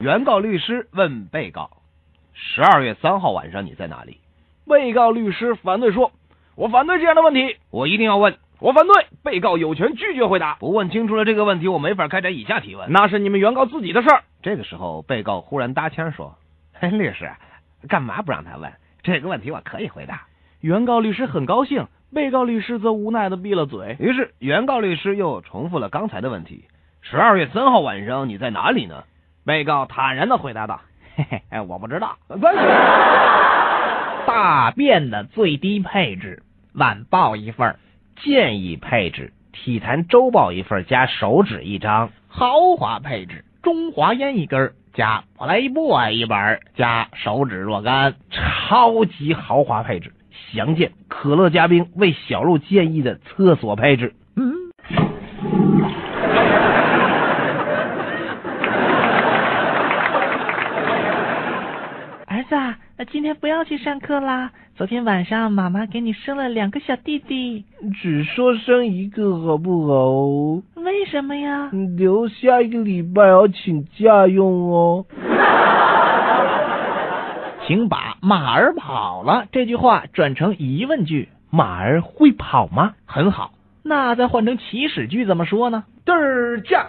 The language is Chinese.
原告律师问被告：“十二月三号晚上你在哪里被告律师反对说：“我反对这样的问题，？”我一定要问，我反对。”被告有权拒绝回答，不问清楚了这个问题，我没法开展以下提问。那是你们原告自己的事儿。这个时候，被告忽然搭腔说：“ 嘿，律师，干嘛不让他问这个问题？我可以回答。原告律师很高兴，被告律师则无奈的闭了”嘴。于是，原告律师又重复了刚才的问题：“十二月三号晚上你在哪里呢被告坦然的回 答道嘿嘿，哎，我不知道。：“大便的最低配置，晚报一份儿，建议配置体坛周报一份加手指一张。豪华配置，中华烟一根儿加 Playboy 一本儿加手指若干。超级豪华配置，详见可乐嘉宾为小鹿建议的厕所配置。嗯，儿子啊，呃今天不要去上课啦。昨天晚上妈妈给你生了两个小弟弟，只说生一个好不好哦？为什么呀？留下一个礼拜好请假用哦。请把“马儿跑了”这句话转成疑问句，马儿会跑吗？很好。那再换成祈使句怎么说呢？嘚儿驾。